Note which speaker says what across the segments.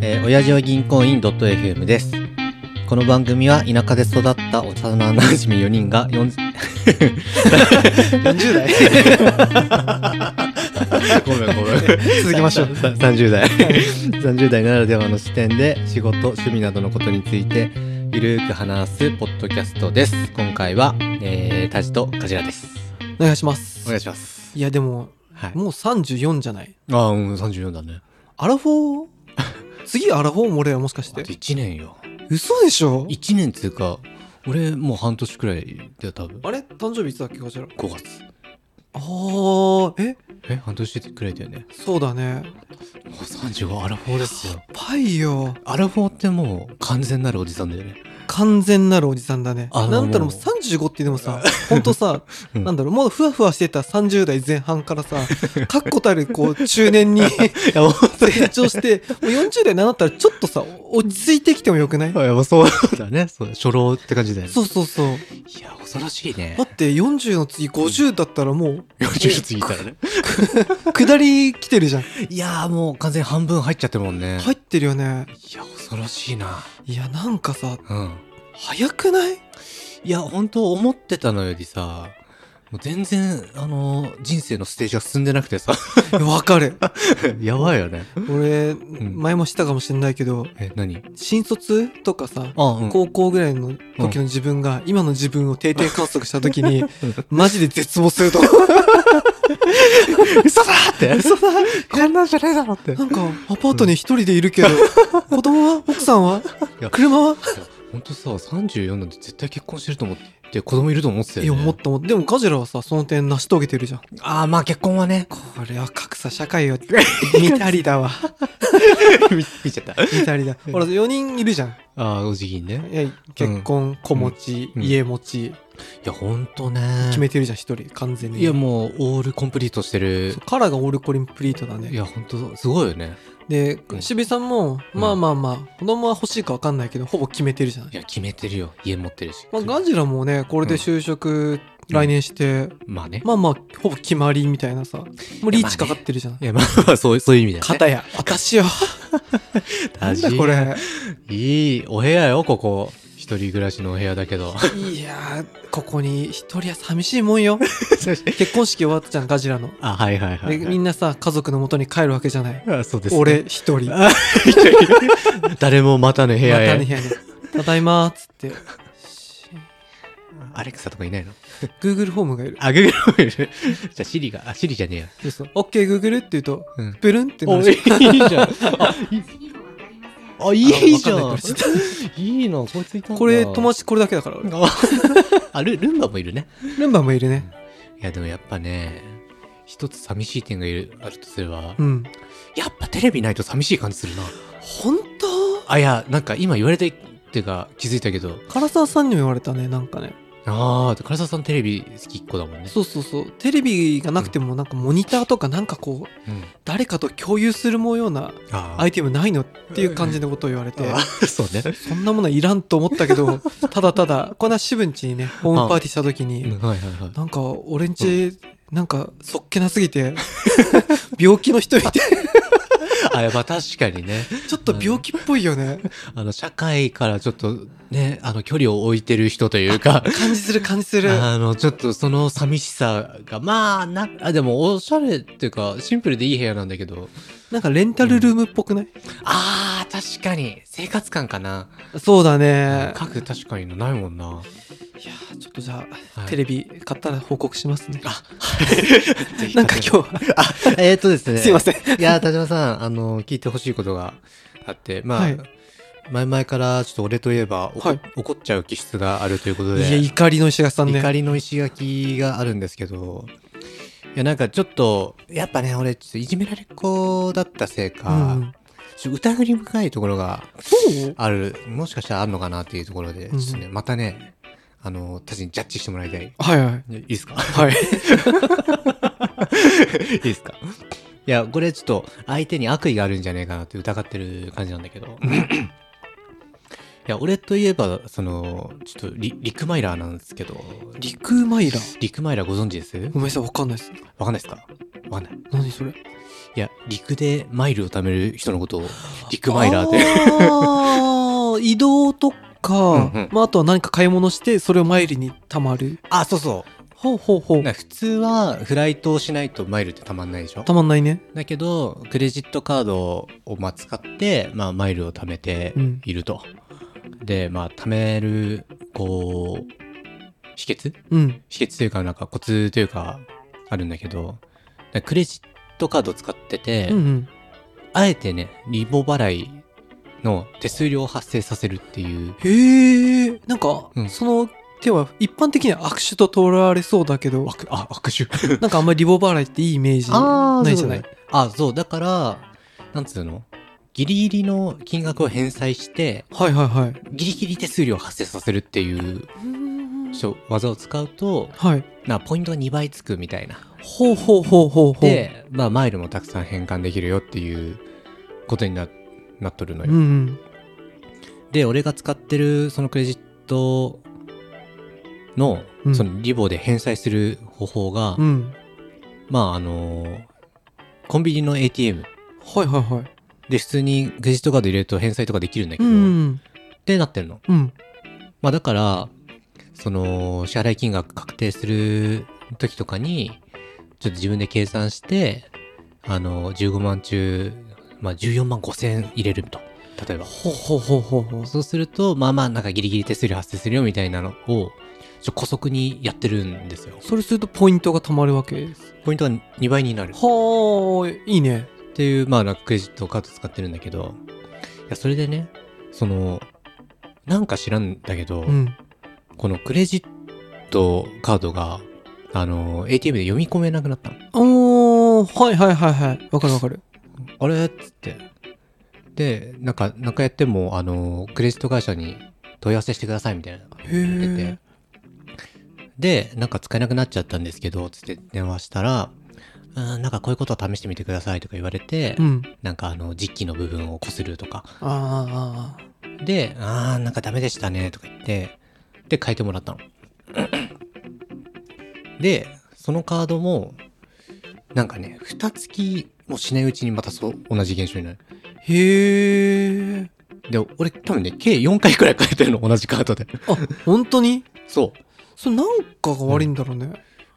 Speaker 1: えー、親父は銀行員 .fm です。この番組は田舎で育った幼なじみ4人が4
Speaker 2: 40代ごめんごめん。続きましょう。
Speaker 1: 30代、30代 ならではの視点で仕事、趣味などのことについてゆるーく話すポッドキャストです。今回は、えー、タジとカジラです。
Speaker 2: お願いします。
Speaker 1: します。
Speaker 2: いやでも、
Speaker 1: はい。
Speaker 2: もう34じゃない。
Speaker 1: ああ、うん、34だね。
Speaker 2: アラフォー、次アラフォーも俺はもしかし
Speaker 1: あと
Speaker 2: て。
Speaker 1: 1年よ。
Speaker 2: 嘘でしょ
Speaker 1: 1年っていうか、俺もう半年くらいで多分。
Speaker 2: あれ誕生日いつだっけこちら。
Speaker 1: 5月。
Speaker 2: あー、え
Speaker 1: え、半年くらいだよね。
Speaker 2: そうだね。
Speaker 1: もう35アラフォーですよ。
Speaker 2: パイよ。
Speaker 1: アラフォーってもう完全なるおじさんだよね。
Speaker 2: 完全なるおじさんだね。
Speaker 1: あの
Speaker 2: なんだろう、もう
Speaker 1: も
Speaker 2: 35ってでもさ、ほんとさ、
Speaker 1: うん
Speaker 2: なんだろう、もうふわふわしてた30代前半からさ、確固たるこう中年に
Speaker 1: いや、も
Speaker 2: 成長して、もう40代になったらちょっとさ、落ち着いてきてもよくない、
Speaker 1: う、そうだね。そう、初老って感じだよね。
Speaker 2: そうそうそう。
Speaker 1: いや、恐ろしいね
Speaker 2: だ。って40の次50だったらも
Speaker 1: 40過ぎたらね。
Speaker 2: う下り来てるじゃん
Speaker 1: いやー、もう完全に半分入っちゃってるもんね。
Speaker 2: 入ってるよね
Speaker 1: いや、恐ろしいな。
Speaker 2: いやなんかさ
Speaker 1: うん。
Speaker 2: 早くない
Speaker 1: いや、本当思ってたのよりさ、もう全然、あのー人生のステージが進んでなくてさ、
Speaker 2: わかる
Speaker 1: やばいよね。
Speaker 2: 俺、
Speaker 1: ん
Speaker 2: 前もしたかもしれないけど
Speaker 1: え、何
Speaker 2: 新卒とかさ
Speaker 1: あ、うん。
Speaker 2: 高校ぐらいの時の自分が、今の自分を定点観測した時に マジで絶望する と思う
Speaker 1: 嘘だー って
Speaker 2: 嘘だ
Speaker 1: こんなんじゃないだろって
Speaker 2: なんかアパートに一人でいる けど、子供は奥さんはい
Speaker 1: や
Speaker 2: 車は
Speaker 1: 本当さ、34なんて絶対結婚してると思って、子供いると思ってた
Speaker 2: い
Speaker 1: よ
Speaker 2: や
Speaker 1: ね。
Speaker 2: 思った思ったでもガジラはさその点成し遂げてるじゃん
Speaker 1: ああ、まあ結婚はね。
Speaker 2: これは格差社会よ。見たりだわ。
Speaker 1: 見見ちゃった。
Speaker 2: 見たりだ。ほら、4人いるじゃん。
Speaker 1: ああ、お辞儀ね。
Speaker 2: いや結婚、子持ち、
Speaker 1: うん
Speaker 2: 家持ち、
Speaker 1: いや、ほんとね。
Speaker 2: 決めてるじゃん、一人、完全に。
Speaker 1: いや、もう、オールコンプリートしてる
Speaker 2: そう。カラーがオールコリンプリートだ
Speaker 1: い
Speaker 2: ね。
Speaker 1: や、ほんと、すごいよね。
Speaker 2: で
Speaker 1: う、ん
Speaker 2: 渋井さんも、
Speaker 1: うん
Speaker 2: まあまあまあ、子供は欲しいか分かんないけど、ほぼ決めてるじゃ
Speaker 1: い。
Speaker 2: ん
Speaker 1: や、決めてるよ。家持ってるし。
Speaker 2: まあ、ガジラもね、これで就職、来年して、
Speaker 1: まあね。
Speaker 2: まあまあ、ほぼ決まりみたいなさ、もうリーチかかってるじゃん。
Speaker 1: いや、まあまあ、そう、 そういう意味だよね。
Speaker 2: 片や、私よ。なんだこ。れ。
Speaker 1: いい、お部屋よ、ここ。一人暮らしのお部屋だけ ど。
Speaker 2: いやー、ここに一人は寂しいもんよ。結婚式終わったじゃん、ガジラの。
Speaker 1: あ、はいはいはい、
Speaker 2: で、みんなさ、家族の元に帰るわけじゃない。
Speaker 1: な、あそうです、ね。
Speaker 2: 俺一人。ま
Speaker 1: あ、誰もまたね、部
Speaker 2: た
Speaker 1: 屋へ。
Speaker 2: ね部屋に。ただいまーっつって。し
Speaker 1: アレクサとかいないの
Speaker 2: Google フォームがいる。
Speaker 1: あ、グーグ ル。じゃあ、シリが、あ、シリじゃねえよ。
Speaker 2: でさ、OK Google って言うと、
Speaker 1: うん。
Speaker 2: プルンってな
Speaker 1: お
Speaker 2: る
Speaker 1: い
Speaker 2: じ
Speaker 1: いじゃん。あ、いいあ、いいじゃ
Speaker 2: あわ
Speaker 1: ん
Speaker 2: かんないこれ。
Speaker 1: いいな、こいついたん
Speaker 2: ゃ
Speaker 1: だ
Speaker 2: ん。これ、友達これだけだから、俺。
Speaker 1: あ、ルルンバもいるね。
Speaker 2: ルンバもいるね。
Speaker 1: いや、でもやっぱね、一つ寂しい点がいるあるとすれば、
Speaker 2: うん。
Speaker 1: やっぱテレビないと寂しい感じするな。
Speaker 2: ほんと
Speaker 1: あ、いや、なんか今言われて、っていうか気づいたけど、
Speaker 2: 唐沢さんにも言われたね、なんかね。
Speaker 1: ああ、唐沢さんテレビ好きっ子だもんね。
Speaker 2: そうそうそう。テレビがなくても、なんかモニターとか、なんかこう、
Speaker 1: うん。
Speaker 2: 誰かと共有するもような
Speaker 1: あ
Speaker 2: アイテムないのっていう感じのことを言われて。
Speaker 1: あ、 そうね。
Speaker 2: そんなものはいらんと思ったけど、ただただ、こんなシブンチにね、ホームパーティーした時
Speaker 1: うん
Speaker 2: に、
Speaker 1: はいはいはい。
Speaker 2: なんか、俺んち、なんか、そっけなすぎて、 病気の人いて、
Speaker 1: あ、やっぱ確かにね。
Speaker 2: ちょっと病気っぽいよね。
Speaker 1: あの、社会からちょっとね、あの、距離を置いてる人というか、
Speaker 2: 感じする感じする。
Speaker 1: あの、ちょっとその寂しさが、まあ、な、あ、でも、おしゃれっていうか、シンプルでいい部屋なんだけど、
Speaker 2: なんか、レンタルルームっぽくない
Speaker 1: あー、確かに、生活感かな。
Speaker 2: そうだ
Speaker 1: 家
Speaker 2: ね。
Speaker 1: 具確かにないもんな。
Speaker 2: いやーちょっとじゃ
Speaker 1: は
Speaker 2: あ、
Speaker 1: い
Speaker 2: テレビ買ったら報告しますね。
Speaker 1: あ、な
Speaker 2: な
Speaker 1: んん
Speaker 2: か
Speaker 1: か
Speaker 2: 今
Speaker 1: 今
Speaker 2: 日は、
Speaker 1: 日、えーっとですね。
Speaker 2: すいません。
Speaker 1: いや、田島さん、あの、聞いてほしいことがあって、まあ、
Speaker 2: はい
Speaker 1: 前々から、ちょっと俺といえば怒、
Speaker 2: はい
Speaker 1: 怒っちゃう気質があるということ
Speaker 2: い
Speaker 1: で。
Speaker 2: や、怒りの石垣さんね。
Speaker 1: 怒りの石垣があるんですけど、いや、なんかちょっと、やっぱね、俺、ちょっといじめられっ子だったせいか、
Speaker 2: うん
Speaker 1: ちょっと疑り深いところが
Speaker 2: そう
Speaker 1: ある、もしかしたらあるのかなっていうところで、
Speaker 2: うん
Speaker 1: ちょっとね、またね、あの、たちにジャッジしてもらいたい。
Speaker 2: はいはい。
Speaker 1: いいですか
Speaker 2: はい。
Speaker 1: いいですかいや、これちょっと、相手に悪意があるんじゃねえかなって疑ってる感じなんだけど。いや、俺といえば、その、ちょっとリ、リクマイラーなんですけど、
Speaker 2: リクマイラー。
Speaker 1: リクマイラーご存知です
Speaker 2: ごめんなさい、わかんないです。
Speaker 1: わかんないですかわかんない。
Speaker 2: 何それ
Speaker 1: いや、陸でマイルを貯める人のことをリクマイラーで。
Speaker 2: あー移動とか、
Speaker 1: うんうん
Speaker 2: まあ、あとは何か買い物して、それをマイルに貯まる。
Speaker 1: あ、そうそ
Speaker 2: ほうほうほ
Speaker 1: う。
Speaker 2: う
Speaker 1: な。普通はフライトをしないとマイルってたまんないでしょ
Speaker 2: たまんないね。
Speaker 1: だけど、クレジットカードをまあ使って、まあ、マイルを貯めて
Speaker 2: うん
Speaker 1: いると。で、まあ、貯める、こう、秘訣
Speaker 2: うん。
Speaker 1: 秘訣というか、なんかコツというか、あるんだけど、だクレジットカードを使ってて、
Speaker 2: うんうん。
Speaker 1: あえてね、リボ払いの手数料を発生させるっていう。
Speaker 2: へえ、なんか、
Speaker 1: うん
Speaker 2: その手は一般的には握手と捉われそうだけど、
Speaker 1: 悪あ、握手
Speaker 2: なんかあんまりリボ払いっていいイメージ
Speaker 1: あ
Speaker 2: な
Speaker 1: ないい
Speaker 2: じ
Speaker 1: じ
Speaker 2: ゃ
Speaker 1: ゃ
Speaker 2: な
Speaker 1: ないい。。あ、そう、だから、なんつうのギリギリの金額を返済して、
Speaker 2: はいはいはい。
Speaker 1: ギリギリ手数料を発生させるっていうそう技を使うと、
Speaker 2: はい。
Speaker 1: なポイントが2倍つくみたいな。
Speaker 2: ほうほうほうほうほう。
Speaker 1: で、まあ、マイルもたくさん変換できるよっていうことにななっとるの
Speaker 2: う
Speaker 1: よ。
Speaker 2: んうん。
Speaker 1: で、俺が使ってるそのクレジットの
Speaker 2: うん、
Speaker 1: そのリボで返済する方法が、
Speaker 2: うん。
Speaker 1: まああのーコンビニの ATM
Speaker 2: はいはいはい。
Speaker 1: で普通にクレジットカード入れると返済とかできるんだけ
Speaker 2: う
Speaker 1: ど、
Speaker 2: ん
Speaker 1: ってなってるの。
Speaker 2: うん。うん。
Speaker 1: まあだから、その支払い金額確定する時とかに、ちょっと自分で計算して、あのー、15万中、まあ14万5千入れると。例えば。
Speaker 2: ほうほうほうほうほう。
Speaker 1: そうすると、まあまあ、なんかギリギリ手数料発生するよみたいなのを、ちょっと古速にやってるんですよ。
Speaker 2: それするとポイントが貯まるわけです。
Speaker 1: ポイントが2倍になるっ
Speaker 2: はーい。いいね。
Speaker 1: ていう、まあ、なんかクレジットカード使ってるんだけど、いや、それでね、その、なんか知らんだけど、
Speaker 2: うん。
Speaker 1: このクレジットカードが、あの、ATM で読み込めなくなったの。
Speaker 2: おー、はいはいはいはい。わかるわかる。
Speaker 1: あれっつって。で、なんか、なんかやっても、あの、クレジット会社に問い合わせしてくださいみたいな。
Speaker 2: へ
Speaker 1: 出
Speaker 2: え
Speaker 1: て。で、なんか使えなくなっちゃったんですけど、つって電話したら、うんなんかこういうことを試してみてくださいとか言われて、
Speaker 2: うん。
Speaker 1: なんかあの、実機の部分をこするとか。
Speaker 2: あーあー。
Speaker 1: で、あー、なんかダメでしたねとか言って、で、変えてもらったの。 で、そのカードも、なんかね、蓋付きもしないうちにまたそう、同じ現象になる。
Speaker 2: あーへえ。
Speaker 1: で、俺多分ね、計4回くらい変えてるの、同じカードで。
Speaker 2: あ、本当に
Speaker 1: そう。
Speaker 2: それなんかが悪いんだろうね。
Speaker 1: い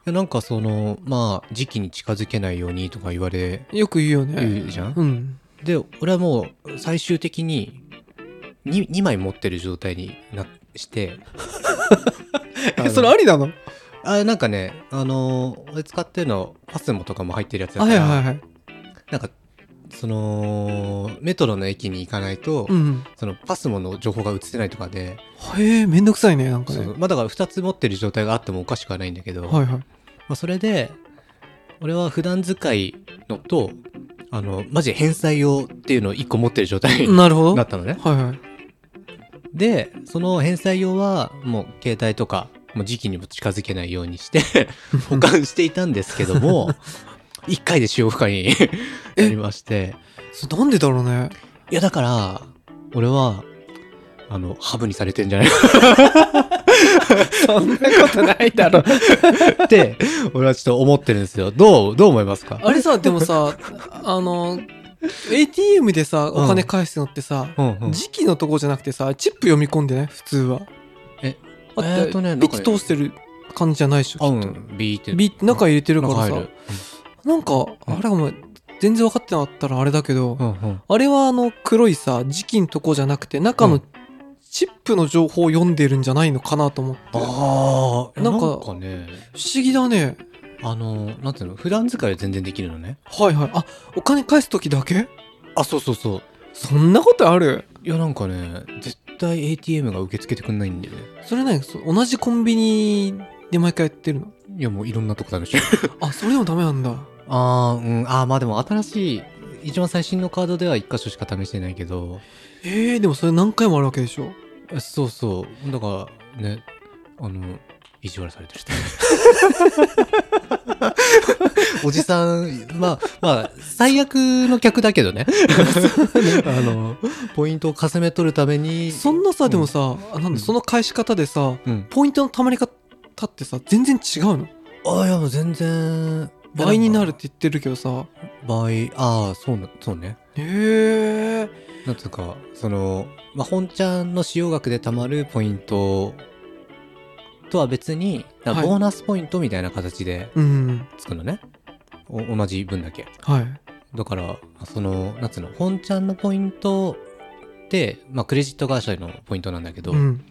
Speaker 1: やなんかそのまあ時期に近づけないようにとか言われ
Speaker 2: よく言うよね。
Speaker 1: るじゃん、
Speaker 2: うん。
Speaker 1: で俺はもう最終的に 2, 枚持ってる状態になしてあの
Speaker 2: それありなの
Speaker 1: あなんかねあの俺使ってるのパスモとかも入ってるやつだ
Speaker 2: はい
Speaker 1: か
Speaker 2: はい
Speaker 1: ら、
Speaker 2: はい。
Speaker 1: なんかそのメトロの駅に行かないと、
Speaker 2: うん。
Speaker 1: そのパスモの情報が映ってないとかで、
Speaker 2: へえ、めんどくさいね、なんか
Speaker 1: そ
Speaker 2: ね
Speaker 1: う。まあだから2つ持ってる状態があってもおかしくはないんだけど、
Speaker 2: はいはい。
Speaker 1: まあ、それで、俺は普段使いのと、あの、マジで返済用っていうのを1個持ってる状態に
Speaker 2: なるほど。
Speaker 1: な
Speaker 2: は
Speaker 1: ったのね。
Speaker 2: いはい。
Speaker 1: で、その返済用は、もう携帯とか、もう時期にも近づけないように して、保管していたんですけども、1回で使用不可に
Speaker 2: え
Speaker 1: なりまして、
Speaker 2: それなんでだろうね。
Speaker 1: いやだから、俺は、あの、ハブにされてんじゃないか
Speaker 2: そんなことないだ ろ。
Speaker 1: って、俺はちょっと思ってるんですよ。どう、どう思いますか
Speaker 2: あれ さ、でもさ、あの、ATM でさ、お金返すのってさ、
Speaker 1: うんうん。
Speaker 2: 時期のとこじゃなくてさ、チップ読み込んでね、普通は。
Speaker 1: え、
Speaker 2: あって、
Speaker 1: えーとねなんか
Speaker 2: ピッて通してる感じじゃないでしょ、
Speaker 1: あ、う
Speaker 2: きっ
Speaker 1: ん、ビーって。
Speaker 2: と。ビッ中入れてる
Speaker 1: な
Speaker 2: か
Speaker 1: ん
Speaker 2: ら
Speaker 1: か
Speaker 2: さ、
Speaker 1: 入
Speaker 2: なん
Speaker 1: る
Speaker 2: か、。あれお前、全然分かってなかったらあれだけど、
Speaker 1: うんうん。
Speaker 2: あれはあの黒いさ時期のとこじゃなくて中
Speaker 1: う
Speaker 2: の
Speaker 1: ん
Speaker 2: チップの情報を読んでるんじゃないのかなと思って、不思
Speaker 1: ああ、
Speaker 2: な
Speaker 1: なんん
Speaker 2: か
Speaker 1: かね、
Speaker 2: 議だね
Speaker 1: あの、なんていうの、普段使いは全然できるのね。
Speaker 2: はいはいあお金返す時だけ
Speaker 1: あ、そうそうそう。
Speaker 2: そんなことある
Speaker 1: いや、なんかね、絶対 ATM が受け付けてくんないんだよね。
Speaker 2: それねそ同じコンビニで毎回やってるの
Speaker 1: いや、もういろんなとこ試してる。
Speaker 2: あそれでもダメなんだ
Speaker 1: ああ、うん、ああ、まあでも新しい、一番最新のカードでは1箇所しか試してないけど、
Speaker 2: えー、でもそれ何回もあるわけでしょ
Speaker 1: えそうそう。だから、ね、あの、意地悪されて る人。おじさん、まあ、まあ、最悪の客だけ どね。あの、ポイントをかすめ取るために、
Speaker 2: そんなさでもさ、あなん
Speaker 1: うん
Speaker 2: だその返し方でさ
Speaker 1: うん。
Speaker 2: ポイントの貯まり方ってさ全然違うの
Speaker 1: ああ、いや、もう全然。
Speaker 2: 倍になるっ。て言ってるけどさ
Speaker 1: 倍、ああ、そうな、そうね。
Speaker 2: へえ
Speaker 1: なんつうか、その、まあ、本ちゃんの使用額で貯まるポイントとは別に、なんか
Speaker 2: はい
Speaker 1: ボーナスポイントみたいな形で
Speaker 2: うん。
Speaker 1: つくのね。お同じ分だけ。
Speaker 2: はい。
Speaker 1: だから、その、なんつうの、本ちゃんのポイントって、まあ、クレジット会社のポイントなんだけど、
Speaker 2: うん。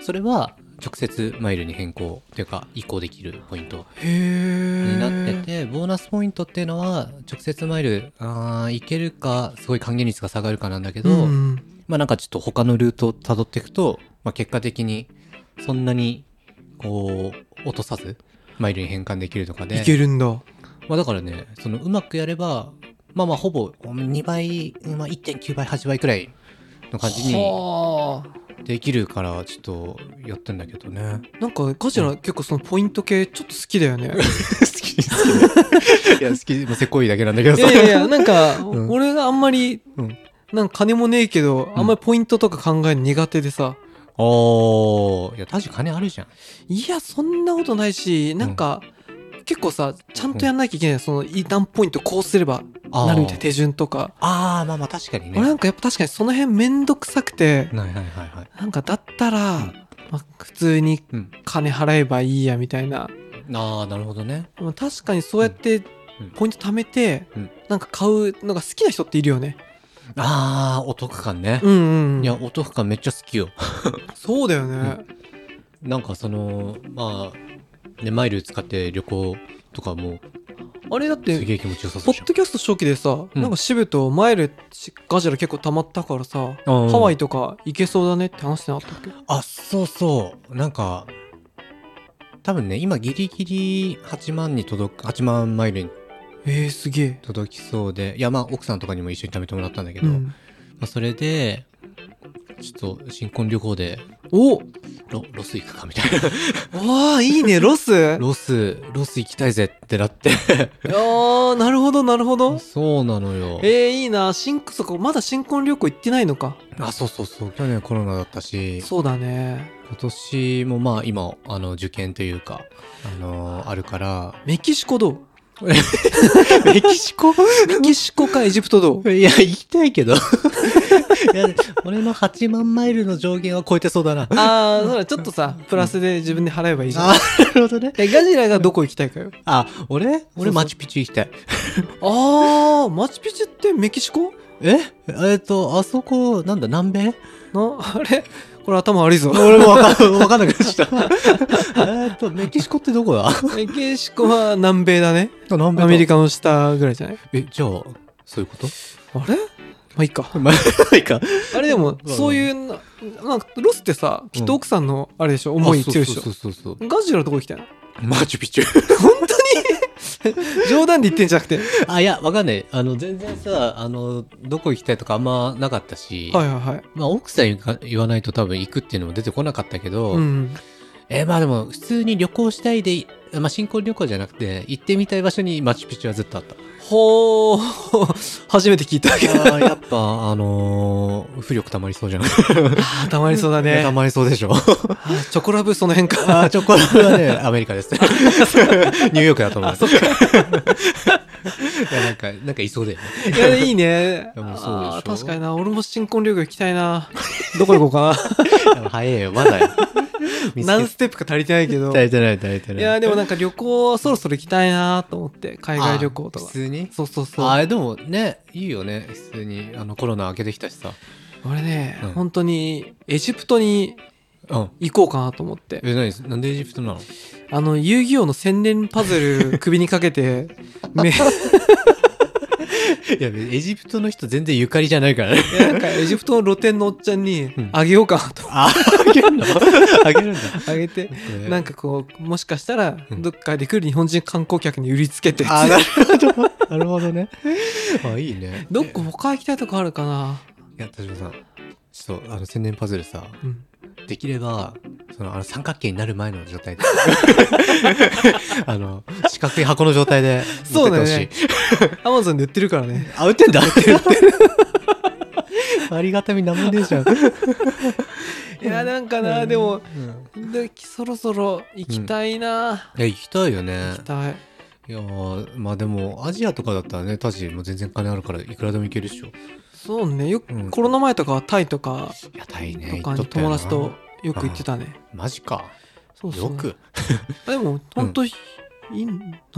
Speaker 1: それは直接マイルに変更というか移行できるポイント
Speaker 2: へえ。
Speaker 1: になってて、ボーナスポイントっていうのは直接マイルあーいけるかすごい還元率が下がるかなんだけど、
Speaker 2: うん。
Speaker 1: まあなんかちょっと他のルートを辿っていくと、まあ、結果的にそんなにこう落とさずマイルに変換できるとかで
Speaker 2: いけるんだ。
Speaker 1: まあ、だからねそのうまくやればまあまあほぼ2倍、まあ、1.9倍8倍くらいの感じに
Speaker 2: はあ
Speaker 1: できるからちょっとやってんだけどね。
Speaker 2: なんか、ガジラ結構そのポイント系ちょっと好きだ よね。
Speaker 1: 好き好き いや好きまあせこいだけなんだけど
Speaker 2: い
Speaker 1: さ
Speaker 2: やいやいや、なんか、
Speaker 1: うん
Speaker 2: 俺があんまり
Speaker 1: うん、
Speaker 2: なんか金もねえけど、あんまりポイントとか考えるの苦手でさ、
Speaker 1: おーいや確か金あるじゃん
Speaker 2: いや、そんなことないし、なんか、結構さ、ちゃんとやんなきゃいけない。その、異端ポイントこうすれば
Speaker 1: あー
Speaker 2: なるみたいな手順とか。
Speaker 1: あーまあまあ確かにね
Speaker 2: 俺なんかやっぱ確かにその辺めんどくさくて、
Speaker 1: はいはいはいはい
Speaker 2: なんかだったら、
Speaker 1: ん
Speaker 2: まあ、普通に
Speaker 1: うん
Speaker 2: 金払えばいいやみたいな。
Speaker 1: ああなるほどね
Speaker 2: まあ確かにそうやって
Speaker 1: うん
Speaker 2: ポイント貯めて、
Speaker 1: うん
Speaker 2: なんか買うのが好きな人っているよね。
Speaker 1: ああお得感ね
Speaker 2: う、ん うん。
Speaker 1: いやお得感めっちゃ好きよ
Speaker 2: そうだよね。
Speaker 1: なんかそのまあねマイル使って旅行とかも
Speaker 2: あれだっ
Speaker 1: すげ
Speaker 2: て、
Speaker 1: え気持ちよさそ
Speaker 2: ポ
Speaker 1: うじ
Speaker 2: ッドキャスト初期でさ、
Speaker 1: うん
Speaker 2: なんか渋とマイルガジラ結構溜まったからさ、
Speaker 1: ゃん
Speaker 2: ハワ
Speaker 1: イ
Speaker 2: イとか行けそうだねって話してなかったっけ
Speaker 1: あそうそうなんか多分ね今ギリギリ8万に届く8万マイルに
Speaker 2: えー、すげえ。
Speaker 1: 届きそうでいやまあ奥さんとかにも一緒に貯めてもらったんだけ
Speaker 2: う
Speaker 1: ど、ま
Speaker 2: ん、
Speaker 1: あ、それでちょっと新婚旅行で
Speaker 2: お
Speaker 1: ロロス行くかみた い
Speaker 2: わあいい ねロス
Speaker 1: なロスロス行きたいぜってなって
Speaker 2: ああなるほどなるほど
Speaker 1: そうなのよ
Speaker 2: えー、いいな新そこまだ新婚旅行行ってないのか
Speaker 1: あそうそうそう去年コロナだったし
Speaker 2: そうだね
Speaker 1: 今年もまあ今あの受験というかあのあるから
Speaker 2: メキシコどう
Speaker 1: メキシコ
Speaker 2: メキシコかエジプトどう
Speaker 1: いや行きたいけど いや俺の8万マイルの上限は超えてそうだな
Speaker 2: ああそうだちょっとさプラスで自分で払えばいいじゃん
Speaker 1: あ なるほどね
Speaker 2: えガジラがどこ行きたいかよ
Speaker 1: あ俺
Speaker 2: そうそ
Speaker 1: 俺
Speaker 2: う
Speaker 1: マチュピチュ行きたい
Speaker 2: ああマチュピチュってメキシコ
Speaker 1: ええっとあそこなんだ南米
Speaker 2: なあれこれ頭悪いぞ
Speaker 1: 俺もわかん、わかんなくなっちゃった。えっと、メキシコってどこだ
Speaker 2: メキシコは南米だね
Speaker 1: 南
Speaker 2: アメリカの下ぐらいじゃない
Speaker 1: え、じゃあ、そういうこと
Speaker 2: あれまあいいか
Speaker 1: まあ、いいか。
Speaker 2: あれで
Speaker 1: う
Speaker 2: も、
Speaker 1: ん
Speaker 2: そういうな、なんか、ロスってさ、きっと奥さんの、あれでしょ、思い強いで
Speaker 1: そ
Speaker 2: し
Speaker 1: うそうそうそう
Speaker 2: ょ。ガジラのとこ行きたいの
Speaker 1: マチュピチュ。
Speaker 2: 本当に冗談で言ってんじゃなくて。は
Speaker 1: あ、いや、わかんない。あの、全然さ、あの、どこ行きたいとかあんまなかったし、
Speaker 2: いはいはい。
Speaker 1: まあ、奥さんが言わないと多分行くっていうのも出てこなかったけど、
Speaker 2: うん。
Speaker 1: えーまあでも、普通に旅行したいで、まあ、新婚旅行じゃなくて、行ってみたい場所にマチュピチュはずっとあった。
Speaker 2: ほー、初めて聞いたけど。
Speaker 1: あーやっぱ、あのー、 浮力溜まりそうじゃない
Speaker 2: あーたまりそうだね。
Speaker 1: 溜まりそうでしょ
Speaker 2: あーチョコラブその辺
Speaker 1: あ
Speaker 2: か。
Speaker 1: ーチョコラブはね、アメリカです。ニュ ーヨークだと思う。
Speaker 2: あ そっか
Speaker 1: いや、なんか、なんかいそうだよね。
Speaker 2: いや、いいね。
Speaker 1: でもそうでしょ
Speaker 2: あー確かにな。俺も新婚旅行行きたいな。どこ行こうか
Speaker 1: いや早いよ、まだよ。
Speaker 2: な。
Speaker 1: 見つ
Speaker 2: 何
Speaker 1: け
Speaker 2: ステップか足りてないけど。
Speaker 1: 足り
Speaker 2: い
Speaker 1: てない、足りてない。
Speaker 2: や、でもなんか旅行、そろそろ行きたいなと思って。海外旅行と
Speaker 1: あ
Speaker 2: か
Speaker 1: 普。通に
Speaker 2: そうそうそう。
Speaker 1: あーでもね、いいよね、普通に。あの、コロナ明けてきたしさ。
Speaker 2: 俺ね、
Speaker 1: うん
Speaker 2: 本当にエジプトに
Speaker 1: うん。
Speaker 2: 行こうかなと思って
Speaker 1: え、何なんでエジプトなの
Speaker 2: あの遊戯王の千年パズ ル首にかけてめ
Speaker 1: いや、エジプトの人全然ゆかりじゃないからね。
Speaker 2: なんかエジプトの露店のおっちゃんに
Speaker 1: うん
Speaker 2: あげようかなと
Speaker 1: あ、あげるのあげるんだ。
Speaker 2: あげてなんかこうもしかしたら
Speaker 1: うん
Speaker 2: どっかで来る日本人観光客に売りつけて
Speaker 1: あ、なるほど。 なるほどね。あ、いいね。
Speaker 2: どっか他行きたいとこあるかな、
Speaker 1: いや、田島さん、ちょっと、あの、千年パズルさ、
Speaker 2: うん、
Speaker 1: できれば、その、あの、三角形になる前の状態で。 あの、四角い箱の状態で、
Speaker 2: そうだよ
Speaker 1: 持ってっ
Speaker 2: ね
Speaker 1: てほしい。
Speaker 2: アマゾンで売ってるか らね
Speaker 1: あ、売ってんだって言って。 ありがたみなんもねえじゃん。
Speaker 2: いやなんかな、
Speaker 1: うん
Speaker 2: でも
Speaker 1: うん
Speaker 2: でそろそろ行きたいな、
Speaker 1: いや、行きたいよね
Speaker 2: 行き。たい
Speaker 1: いいやーまあでもアジアとかだったらねタジもう全然金あるからいくらでも行けるっしょ
Speaker 2: そうねよく、
Speaker 1: うん
Speaker 2: コロナ前とかはタイとか
Speaker 1: いや大変
Speaker 2: と
Speaker 1: ね
Speaker 2: か
Speaker 1: 行
Speaker 2: に
Speaker 1: っったよ
Speaker 2: 友
Speaker 1: な
Speaker 2: 達とよく行ってたね、
Speaker 1: マジか
Speaker 2: そうそ
Speaker 1: よ
Speaker 2: う
Speaker 1: く
Speaker 2: あでも本当、いいな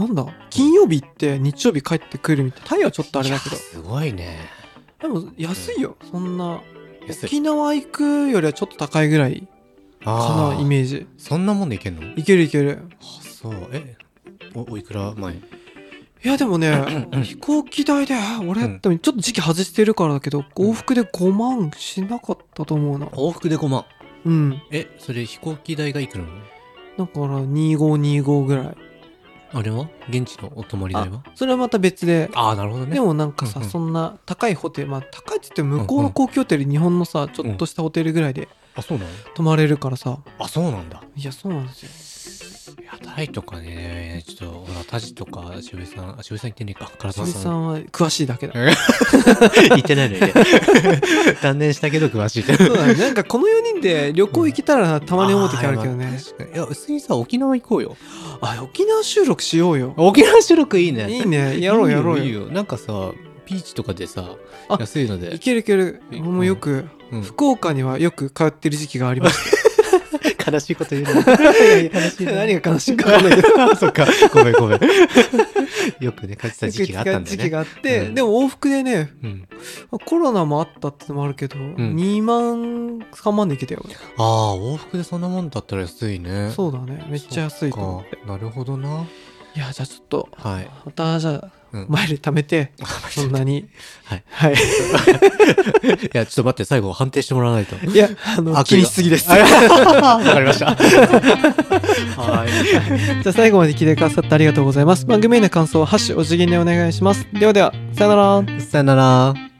Speaker 2: んだ金曜日行って日曜日帰ってくるみたいタイはちょっとあれだけ
Speaker 1: いやすごいね
Speaker 2: どでも安いよそんな
Speaker 1: 安い
Speaker 2: 沖縄行くよりはちょっと高いぐらい
Speaker 1: あ
Speaker 2: かなイ
Speaker 1: あ
Speaker 2: メージ
Speaker 1: そんなもんで行けんの
Speaker 2: いけるいける
Speaker 1: あそうえおおいくら前
Speaker 2: いやでもね飛行機代で俺、
Speaker 1: うん
Speaker 2: でもちょっと時期外してるからだけど往復で5万しなかったと思うな
Speaker 1: 往復で5万
Speaker 2: うん
Speaker 1: えそれ飛行機代がいくらなの
Speaker 2: だから2525ぐらい
Speaker 1: あれは現地のお泊まり代は
Speaker 2: それはまた別で
Speaker 1: ああなるほどね
Speaker 2: でもなんかさ、
Speaker 1: うんうん
Speaker 2: そんな高いホテルまあ高いって言っても向こうの高級ホテル、日本のさちょっとしたホテルぐらいで
Speaker 1: あそうなの
Speaker 2: 泊まれるからさ
Speaker 1: あそうなんだ
Speaker 2: いやそうなんです
Speaker 1: いやタイとかねちょっとほらタジとか渋井さんあ渋井さん行ってねえか唐
Speaker 2: よ
Speaker 1: 沢
Speaker 2: 辻さ
Speaker 1: さん
Speaker 2: んは詳しいだけだ
Speaker 1: 行ってないの よ断念したけど詳しい
Speaker 2: そうだねなんかこの4人で旅行行け たらなたまに思う時あるけど
Speaker 1: ーま
Speaker 2: ね
Speaker 1: 確かにいや、薄いさ、沖縄行こうよ。
Speaker 2: あ沖縄収録しようよ
Speaker 1: 沖縄収録いいね。
Speaker 2: いいねやろうやろうよ
Speaker 1: いいよ。なんかさ、ビーチとかでさ
Speaker 2: あ、
Speaker 1: 安いので
Speaker 2: い。けるいける
Speaker 1: い
Speaker 2: 俺もよく、
Speaker 1: うん
Speaker 2: 福岡にはよく通ってる時期がありまし
Speaker 1: 悲しいこと言うね。悲
Speaker 2: た
Speaker 1: ね
Speaker 2: 何が悲しいかわかんないけ ど
Speaker 1: そっか、ごめんご めん。よくね、帰ってた 時期があったんだ
Speaker 2: 時
Speaker 1: よ
Speaker 2: 期
Speaker 1: ね。
Speaker 2: があって、
Speaker 1: うん
Speaker 2: でも往復でね
Speaker 1: うん、
Speaker 2: コロナもあったってのもあるけど、2万3万で行けたよ
Speaker 1: ああ往復でそんなもんだったら安いね
Speaker 2: そううだねめっちゃ安いと思って
Speaker 1: なるほどない
Speaker 2: やじゃあちょっと
Speaker 1: はい、
Speaker 2: またじゃあ
Speaker 1: うん、
Speaker 2: マイル貯 めてそんなに
Speaker 1: はい
Speaker 2: はい
Speaker 1: いやちょっと待って最後判定してもらわないと
Speaker 2: いやあの
Speaker 1: あ
Speaker 2: 気にしすぎですじ
Speaker 1: あ
Speaker 2: ゃ
Speaker 1: わかりました はい
Speaker 2: あ最後まで聞いてくださってありがとうございます番組への感想は「ハッシュお辞儀」でお願いしますではではさよなら
Speaker 1: さよなら